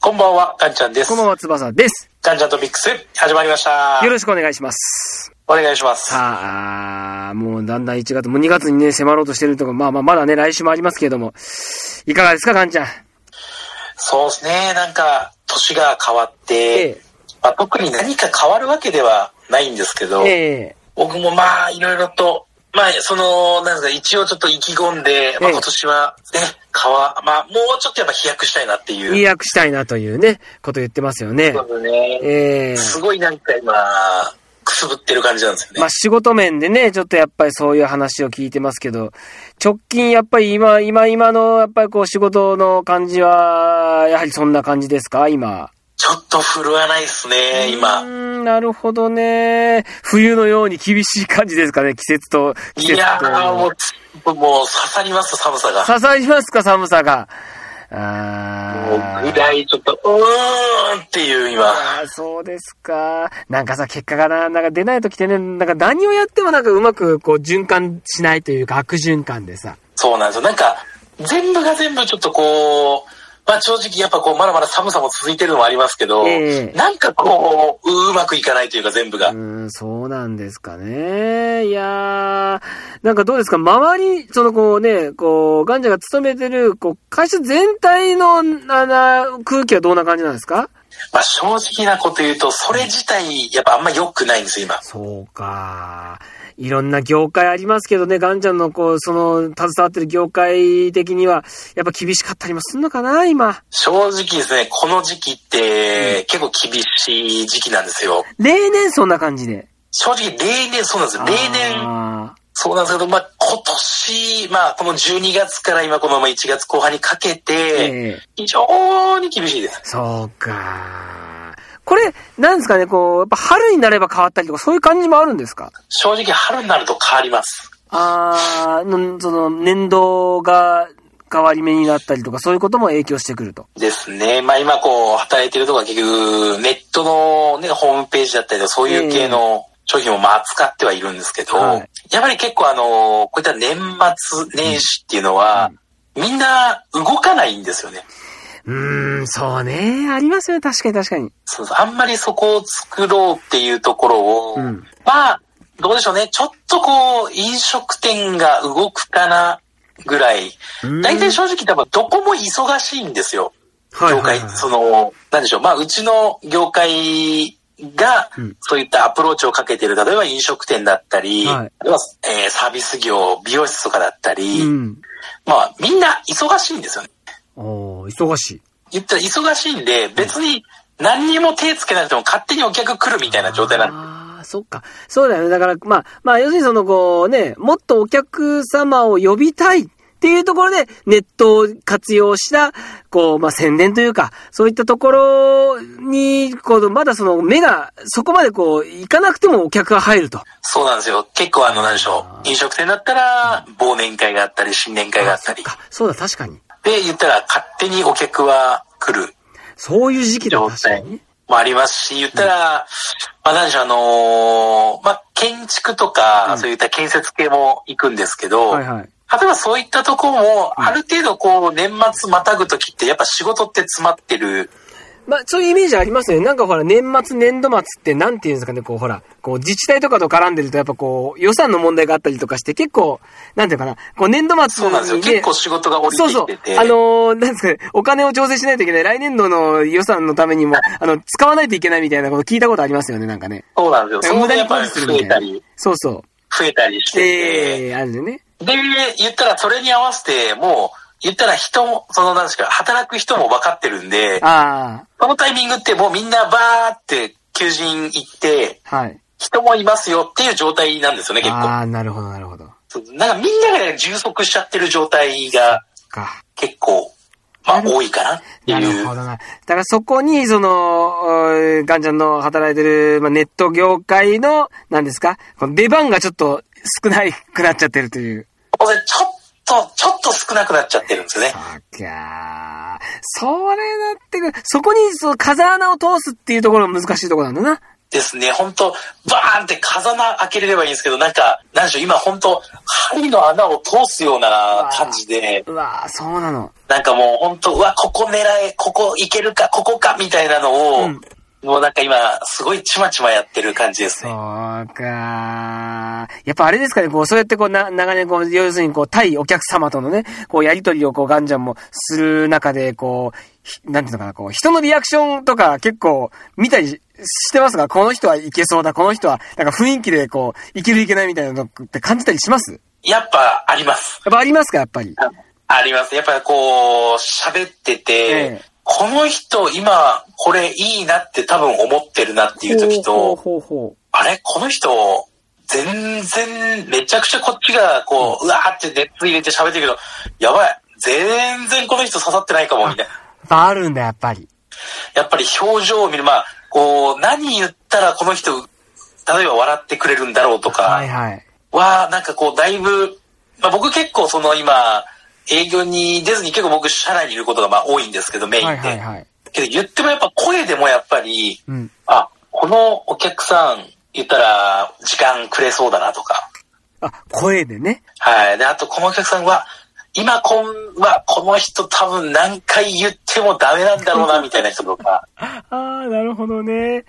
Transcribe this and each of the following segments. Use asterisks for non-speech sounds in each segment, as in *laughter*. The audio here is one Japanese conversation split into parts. こんばんは、かんちゃんです。こんばんは、翼です。かんちゃんとビックス、始まりました。よろしくお願いします。お願いします。さあ、もうだんだん1月、もう2月にね、迫ろうとしてるとか、まあまあ、まだね、来週もありますけれども、いかがですか、かんちゃん。そうですね、なんか、年が変わって、えまあ、特に何か変わるわけではないんですけど、ええ僕もまあ、いろいろと、まあ、その、なんですか、一応ちょっと意気込んで、まあ、ええ今年はね、変わ、まあ、もうちょっとやっぱ飛躍したいなっていいいう。役したいなというね、こと言ってますよねそ。うですね。ええすごいなんか今、くすぶってる感じなんですよね。まあ仕事面でね、ちょっとやっぱりそういう話を聞いてますけど、直近やっぱり今、今、今のやっぱりこう仕事の感じは、やはりそんな感じですか、今。ちょっと振るわないですね、う今。ーんなるほどね。冬のように厳しい感じですかね、季節と、い季節やと。ー、もうちょっと、もう刺さります、寒さが。刺さりますか、寒さが。もうあぐーらいちょっと、うーんっていう今。あーそうですか。なんかさ、結果がな、なんか出ない時ってね、なんか何をやってもなんかうまくこう循環しないというか悪循環でさ。そうなんですよ。なんか、全部が全部ちょっとこう、まあ正直やっぱこう、まだまだ寒さも続いてるのもありますけど、ええなんかこう、うまくいかないというか全部が。うーん、そうなんですかね。いやー、なんかどうですか周り、そのこうね、こう、ガンジャが勤めてる、こう、会社全体の、な、な、空気はどんな感じなんですかまあ正直なこと言うと、それ自体やっぱあんま良くないんですよ、今。そうか。いろんな業界ありますけどね、ガンちゃんのこう、その、携わってる業界的には、やっぱ厳しかったりもするのかな、今。正直ですね、この時期って結構厳しい時期なんですよ。例年そんな感じで。正直例年そうなんですよ。例年あそうなんですけど、まあ、今年、まあ、この12月から今このまま1月後半にかけー。て、ええ非常に厳しいです。そうか。これ、なんですかね、こう、やっぱ春になれば変わったりとか、そういう感じもあるんですか正直春になると変わります。あーの、その、年度が変わり目になったりとか、そういうことも影響してくると。ですね。まあ今こう働いてるとこは結局ネットのね、ホームページだったりとかそういう系の商品をまあ扱ってはいるんですけど、はいやっぱり結構あの、こういった年末年始っていうのは、みんな動かないんですよね。うーん、そうね。ありますよね。確かに確かに。そうそうあんまりそこを作ろうっていうところを、うんまあ、どうでしょうね。ちょっとこう、飲食店が動くかなぐらい。大体正直多分どこも忙しいんですよ。業界、その、なんでしょう。まあ、うちの業界がうん、そういったアプローチをかけてる、例えば飲食店だったり、はいあとはえーサービス業、美容室とかだったり、うん。まあ、みんな忙しいんですよね。おー忙しい。言ったら忙しいんで、別に何にも手つけなくても勝手にお客来るみたいな状態なんでああ、そっか。そうだよね。だから、まあ、まあ、要するにその、こうね、もっとお客様を呼びたいっていうところで、ネットを活用した、こう、まあ、宣伝というか、そういったところに、こう、まだその、目が、そこまでこう、行かなくてもお客が入ると。そうなんですよ。結構あの、なんでしょあう。飲食店だったら、忘年会があったり、新年会があったり。あそうだ、確かに。で、言ったら勝手にお客は来るそういう時期だ、状確か態にね。もありますし、言ったら、まあ、なんでしょう、あのーまあ、建築とうか、んそういった建設系も行くんですけど、はい例はい。えばそういったとこも、ある程度こう、年末またぐときって、やっぱ仕事って詰まってる。まあ、そういうイメージありますよね。なんかほら、年末、年度末って、なんていうんですかね、こう、ほら、こう、自治体とかと絡んでると、やっぱこう、予算の問題があったりとかして、結構、なんていうのかな、こう、年度末そうに、ねなんですよ。結構仕事が降りてそうそきうてて。。あのーなんですかね、お金を調整しないといけない。来年度の予算のためにも、あの、使わないといけないみたいなこと聞いたことありますよね、なんかね。そうなんですよ。そ無こで駄やにっぱりする増えみたたいなり、。そうそう。増えたりしてて。ええあるよね。で、言ったらそれに合わせて、もう、言ったら人も、その、なんですか、働く人も分かってるんで、あそのタイミングってもうみんなバーって求人行って、あ、はい。人もいますよっていう状態なんですよね、結構。ああ、なるほど、なるほど。そうなんかみんながね充足しちゃってる状態がか。結構、まあなる多いかなってなるいほう。どな。だからそこに、その、うんガンちゃんの働いてる、まあ、ネット業界の、なんですか、この出番がちょっと少なくなっちゃってるという。これちょっと、ちょっと少なくなっちゃってるんですよねそ。っかーそれだってくる、そこにその風穴を通すっていうところが難しいところなんだな。ですね、本当バーンって風間開けれればいいんですけど、なんか、なんでしょう、今本当針の穴を通すような感じで、うわーそうなの。なんかもう本当うわ、ここ狙え、ここいけるか、ここか、みたいなのを、うんもうなんか今、すごいちまちまやってる感じですそうね。かーやっぱあれですかね、こう、そうやってこう、な、長年こう、要するにこう、対お客様とのね、こう、やりとりをこう、ガンジャンもする中で、こう、ひなんていうのかな、こう、人のリアクションとか結構見たりししてますが、この人はいけそうだ、この人は、なんか雰囲気でこう、いけるいけないみたいなのって感じたりしますややっぱあります。っぱありますか、やっぱり。あります。やっぱりこう、喋ってて、ええこの人今、これいいなって多分思ってるなっていう時ほうと、ほうほあれこの人、全然、めちゃくちゃこっちがこう、うわーって熱入れて喋ってるけど、やばい。全然この人刺さってないかも、みたいな。う。あるんだ、やっぱり。やっぱり表情を見る、まあ、こう、何言ったらこの人、例えば笑ってくれるんだろうとか、はいはい。は、なんかこう、だいぶ、まあ、僕結構その今、営業に出ずに結構僕、社内にいることがまあ多いんですけど、メインで。はいはいはい。けど言ってもやっぱ声でもやっぱり、うん。あ、このお客さん言ったら時間くれそうだなとか。あ、声でね。はい。で、あとこのお客さんは、今こんはこの人多分何回言ってもダメなんだろうな、みたいな人とか。ああ、なるほどね。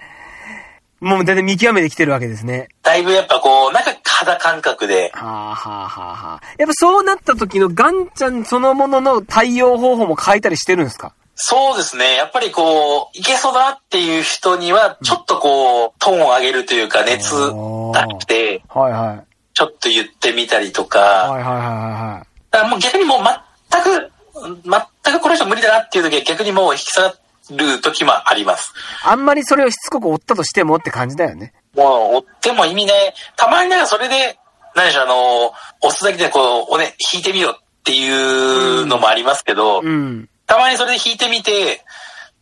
もうだいたい見極めてきてるわけですね。だいぶやっぱこう、なんか肌感覚で、はあはあはあはあ。やっぱそうなった時のガンちゃんそのものの対応方法も変えたりしてるんですかそうですね。やっぱりこう、いけそうだなっていう人には、ちょっとこう、トーンを上げるというか、熱出して、はいはい。ちょっと言ってみたりとか、はいはいはいはだからもう逆にもう全く、全くこの人無理だなっていう時は逆にもう引き下がる時もあります。い。あんまりそれをしつこく追ったとしてもって感じだよね。もう追っても意味ない。たまになんかそれで、何でしょう、あの、押すだけでこう、おね、引いてみろっていうのもありますけど、うん。たまにそれで引いてみて、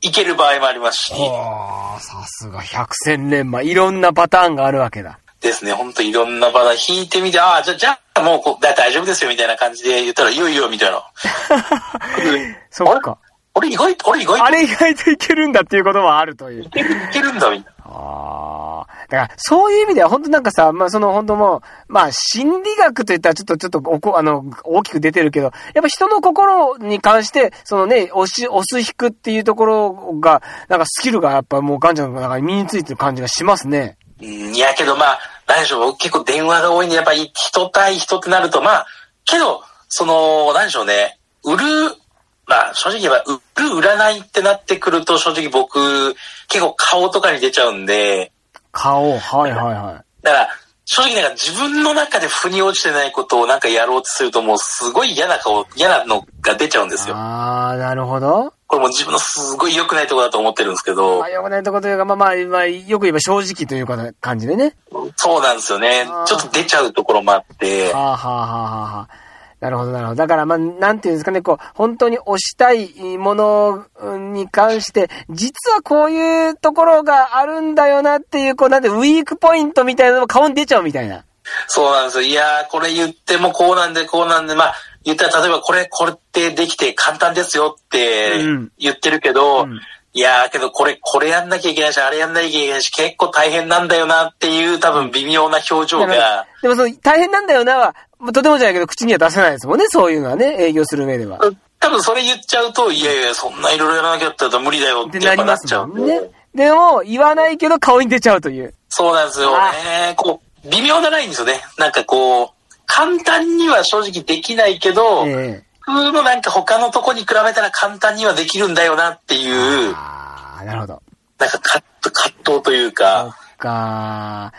いける場合もありますし、はあ、さすが百戦錬磨。いろんなパターンがあるわけだ。ですね、ほんといろんな場で弾いてみて、ああ、じゃ、じゃあもうこうだ大丈夫ですよみたいな感じで言ったら、いいよいいよみたい *laughs* な。 *laughs* そっか。俺意外と、俺意外あとれ意外といけるんだっていうこともあるという。いけるんだみたいああ。だから、そういう意味では、本当なんかさ、まあ、その、本当もう、まあ、心理学といったら、ちょっと、ちょっと、おこ、あの、大きく出てるけど、やっぱ人の心に関して、そのね、押し、押す引くっていうところが、なんかスキルがやっぱもうガンちゃんの中に身についてる感じがしますね。な。うん、いやけどまあ、何でしょう、僕結構電話が多いんで、やっぱり人対人ってなると、まあ、けど、その、何でしょうね、売る、まあ正直言えば、売る、売らないってなってくると、正直僕、結構顔とかに出ちゃうんで、顔、はいはいはだから、正直なんか自分の中で腑に落ちてないことをなんかやろうとするともうすごい嫌な顔、嫌なのが出ちゃうんですい。よ。ああ、なるほど。これもう自分のすごい良くないところだと思ってるんですけどまあ、、よくないとこというか、まあまあ、まあ、よく言えば正直というかな感じでね。そうなんですよねあー。ちょっと出ちゃうところもあって、はあ、はあはあはあはあ、なるほど、なるほど。だから、まあ、なんていうんですかね、こう、本当に推したいものうんに関して、実はこういうところがあるんだよなっていう、こう、なんて、ウィークポイントみたいなのも顔に出ちゃうみたいな。そうなんですよ。いやー、これ言ってもこうなんでこうなんで、まあ、言ったら例えばこれ、これってできて簡単ですよってうん言ってるけど、うんいやー、けどこれ、これやんなきゃいけないし、あれやんなきゃいけないし、結構大変なんだよなっていう多分微妙な表情が、でも、その、大変なんだよなは、まあとてもじゃないけど、口には出せないですもんね、そういうのはね、営業する上では。多分それ言っちゃうと、いやいや、そんないろいろやらなきゃったら無理だよっっててなやっりぱなまっちすゃもうんんねで。。でも、言わないけど、顔に出ちゃうという。そうなんですよね。こう、微妙なラインですよね。なんかこう、簡単には正直できないけど、ええ普通のなんか他のとこに比べたら簡単にはできるんだよなっていう、なんかああ、なるほど。葛葛藤というそか、っか。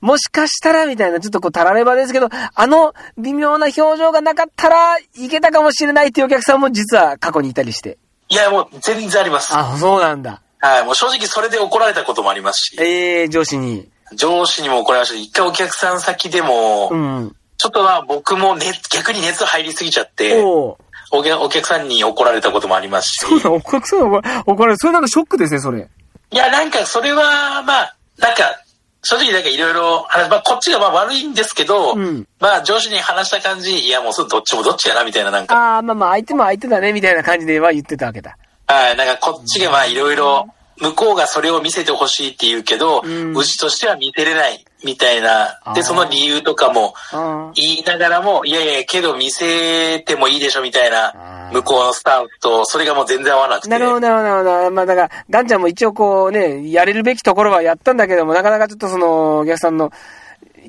もしかしたらみたいな、ちょっとこう、たらればですけど、あの微妙な表情がなかったらいけたかもしれないっていうお客さんも実は過去にいたりして。いやもう全然あります。あ、そうなんだ。はい、もう正直それで怒られたこともありますし、ええ上司に。上司にも怒られましたし、一回お客さん先でも、うん。ちょっとは僕も熱、逆に熱入りすぎちゃって、おお。お客お客さんに怒られたこともありますし。そうだ、お客さんが怒ら怒られる。それなんかショックですね、それ。いや、なんかそれは、まあ、なんか、正直なんかいろいろ話、まあこっちがまあ悪いんですけど、うんまあ上司に話した感じ、いやもうそれどっちもどっちやなみたいななんか、ああ、まあまあ、相手も相手だね、みたいな感じでは言ってたわけだ。はい、なんかこっちがまあいろいろ、向こうがそれを見せてほしいって言うけど、うんうちとしては見せれないみたいなあーでその理由とかもあー言いながらもいやいやけど見せてもいいでしょみたいあなー向こうのスタンスとそれがもう全然合わなくてなるほど、なるほど、なるほど。まあ、だから、ダンちゃんも一応こうね、やれるべきところはやったんだけども、なかなかちょっとその、お客さんの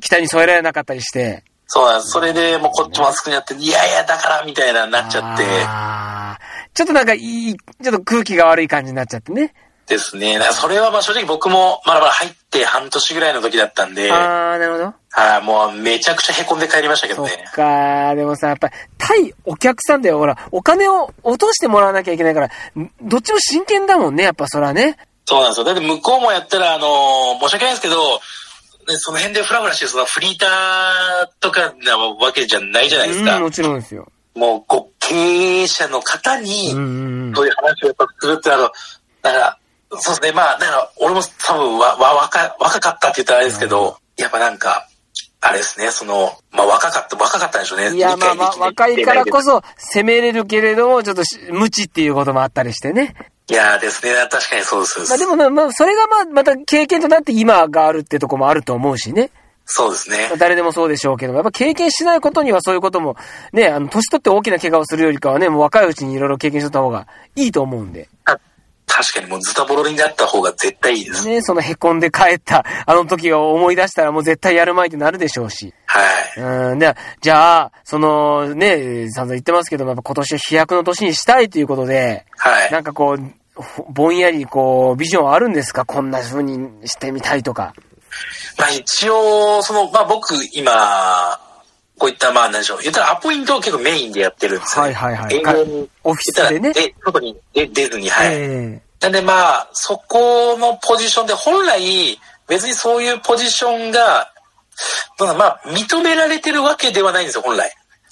期待に添えられなかったりして。そうなんですそれでもうこっちも熱くなっていやいやだからみたいなになっちゃってあーちょっとなんかいい、ちょっと空気が悪い感じになっちゃってね。ですねだからそれはまあ正直僕もまだまだ入って半年ぐらいの時だったんではああ、なるほど。いもうめちゃくちゃへこんで帰りましたけどそっねかー、でもさ、やっぱり、対お客さんだよ。ほら、お金を落としてもらわなきゃいけないから、んどっちも真剣だもんね、やっぱそらね。そうなんですよ。だって向こうもやったら、あのー申し訳ないですけど、ね、その辺でフラフラして、そのフリーターとかなわけじゃないじゃないですか。うん、もちろんですよ。もう、ご経営者の方にうん、うんうん。そういう話をやっぱするって、あの、だから、そうですね、まあ、だから、俺も多分わ、わ、若、若かったって言ったらあれですけど、やっぱなんか、あれですね、その、まあ若かった、若かったんでしょうね。いや、まあまあ、若いからこそ。そ攻めれるけれども、ちょっとし無知っていうこともあったりしてね。いやですね、確かにそうです。まあでもまあ、まあ、それがまあ、また経験となって今があるってとこもあると思うしね。そうですねまあ。誰でもそうでしょうけども、やっぱ経験しないことにはそういうことも、ね、あの、年取って大きな怪我をするよりかはね、もう若いうちにいろいろ経験しとった方がいいと思うんで。あ確かにもうズタボロになった方が絶対いいです。ね、その凹んで帰った、あの時を思い出したらもう絶対やるまいってなるでしょうし。はい。うん、で、じゃあ、その、ね、散々言ってますけども、やっぱ今年は飛躍の年にしたいということで、は。ないんかこう、ほぼんやりこう、ビジョンあるんですかこんな風にしてみたいとか。まあ一応、その、まあ僕今、こういった、まあ何でしょう、言ったらアポイントを結構メインでやってるんですよはいはいはい営業に。オフィスで言ねったらで、外に出出ずに、はい。えなんでまあ、そこのポジションで、本来、別にそういうポジションが、まあまあ、認められてるわけではないんですよ、本来。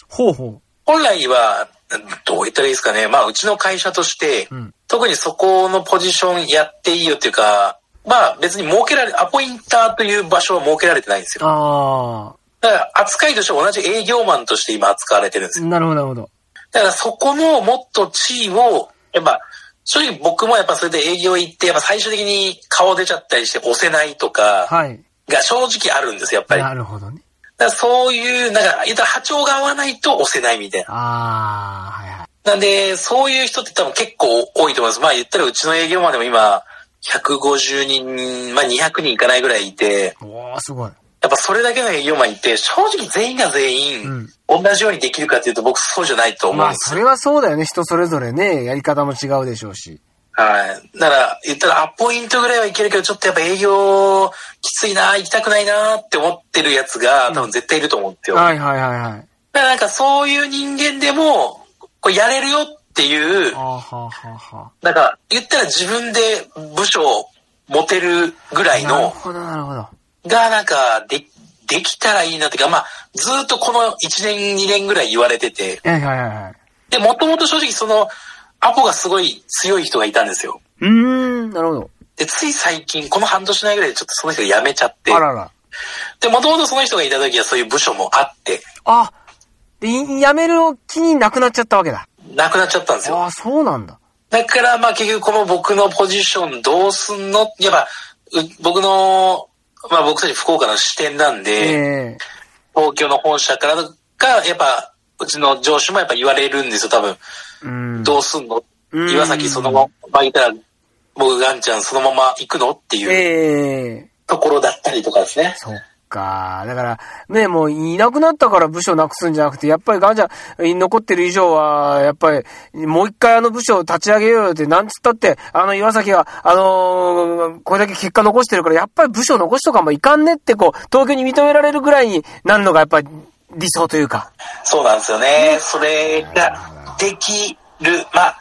ほうほ本来は、うんどう言ったらいいですかね。まあ、うちの会社として、うん特にそこのポジションやっていいよっていうか、まあ別に設けられ、アポインターという場所は設けられてないんですよ。あだから扱いとして同じ営業マンとして今扱われてるんですあ、よ。なるほどなるほど。だからそこのもっと地位を、やっぱ、正直僕もやっぱそれで営業行って、やっぱ最終的に顔出ちゃったりして押せないとかはい。が正直あるんですよ、やっぱり。だなるほどね。からそういう、なんか、言ったら波長が合わないと押せないみたいな。ああ、はいはい。なんで、そういう人って多分結構多いと思います。まあ言ったらうちの営業マンでも今、150人、まあ200人いかないぐらいいて、おー、すごい。やっぱそれだけの営業マンいて、正直全員が全員、同じようにできるかっていうと僕そうじゃないと思うまんあ、ですそよ。れはそうだよね。人それぞれね、やり方も違うでしょうし。はい。だから、言ったらアポイントぐらいはいけるけど、ちょっとやっぱ営業きついな、行きたくないなって思ってるやつが多分絶対いると思うんですよ。はいはいはいはい。だからなんかそういう人間でも、こうやれるよっていうあ、あ、はあはあはなんか、言ったら自分で部署を持てるぐらあ。いなるの、ほどなるほど。が、なんか、で、できたらいいなっていうか、まあ、ずっとこの1年、2年ぐらい言われてて、はいはいはいはい。で、もともと正直その、アポがすごい強い人がいたんですよ。うーん、なるほど。で、つい最近、この半年前ぐらいでちょっとその人が辞めちゃってあ、らら。で、もともとその人がいた時はそういう部署もあって、あ、で、いやめる気になくなっちゃったわけだ。なくなっちゃったんですよ。ああ、そうなんだ。だから、まあ結局この僕のポジションどうすんのやっぱ、う僕の、まあ僕たち福岡の支店なんえで、え東京の本社からが、やっぱ、うちの上司もやっぱ言われるんですよ、多分。うんどうすんのうん岩崎そのままいたら、僕、ガンちゃんそのまま行くのっていうええところだったりとかですね。そっか。だから、ね、もういなくなったから部署なくすんじゃなくて、やっぱりガンジャン残ってる以上は、やっぱり、もう一回あの部署を立ち上げようよって、なんつったって、あの岩崎は、あのーこれだけ結果残してるから、やっぱり部署残しとかもいかんねって、こう、東京に認められるぐらいになるのが、やっぱり理想というか。そうなんですよね。それができる、まあ、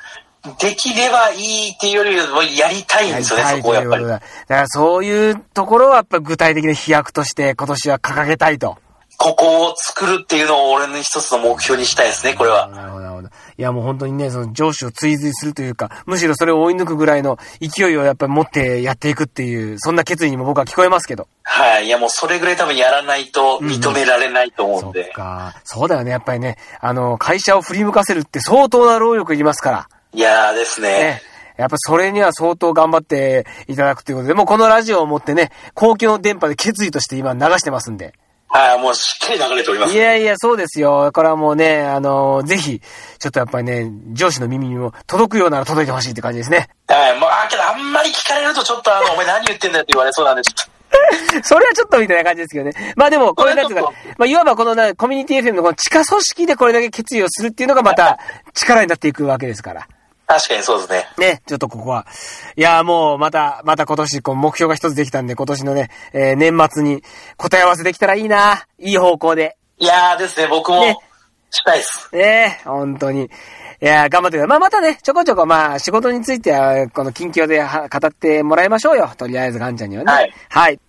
できればいいっていうよりもやりたいんやでりすよね、たそいこをやというっこぱとり。だ。だからそういうところはやっぱり具体的な飛躍として今年は掲げたいと。ここを作るっていうのを俺の一つの目標にしたいですね、これは。なるほど、なるほど。いや、もう本当にね、その上司を追随するというか、むしろそれを追い抜くぐらいの勢いをやっぱり持ってやっていくっていう、そんな決意にも僕は聞こえますけど。はい。いや、もうそれぐらい多分やらないと認められないと思うんで。そっか。そうだよね、やっぱりね、あの、会社を振り向かせるって相当な労力いりますから。いやーですねね。えやっぱそれには相当頑張っていただくということで、もうこのラジオをもってね、公共の電波で決意として今流してますんで。はい、もうしっかり流れております。いやいや、そうですよ。これはもうね、あのーぜひ、ちょっとやっぱりね、上司の耳にも届くようなら届いてほしいって感じですね。はい、もう、あ、けどあんまり聞かれるとちょっとあ *laughs* の、お前何言ってんだよって言われそうなんで、ちょっとそれはちょっとみたいな感じですけどね。まあでも、これなんていうかこれちょっ、まあいわばこのなコミュニティ FM のこの地下組織でこれだけ決意をするっていうのがまた力になっていくわけですから。確かにそうですね。ね、ちょっとここは。いやーもうまた、また今年こう目標が一つできたんで、今年のね、えー年末に答え合わせできたらいいな。いい方向で。いやーですね、僕ねも、したいです。ねえ、本当に。いやー頑張ってください。まあまたね、ちょこちょこまあ仕事については、この近況では語ってもらいましょうよ。とりあえずガンちゃんにはね。はい。はい。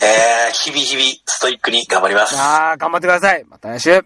えー、日々日々、ストイックに頑張ります。あー頑張ってください。また来週。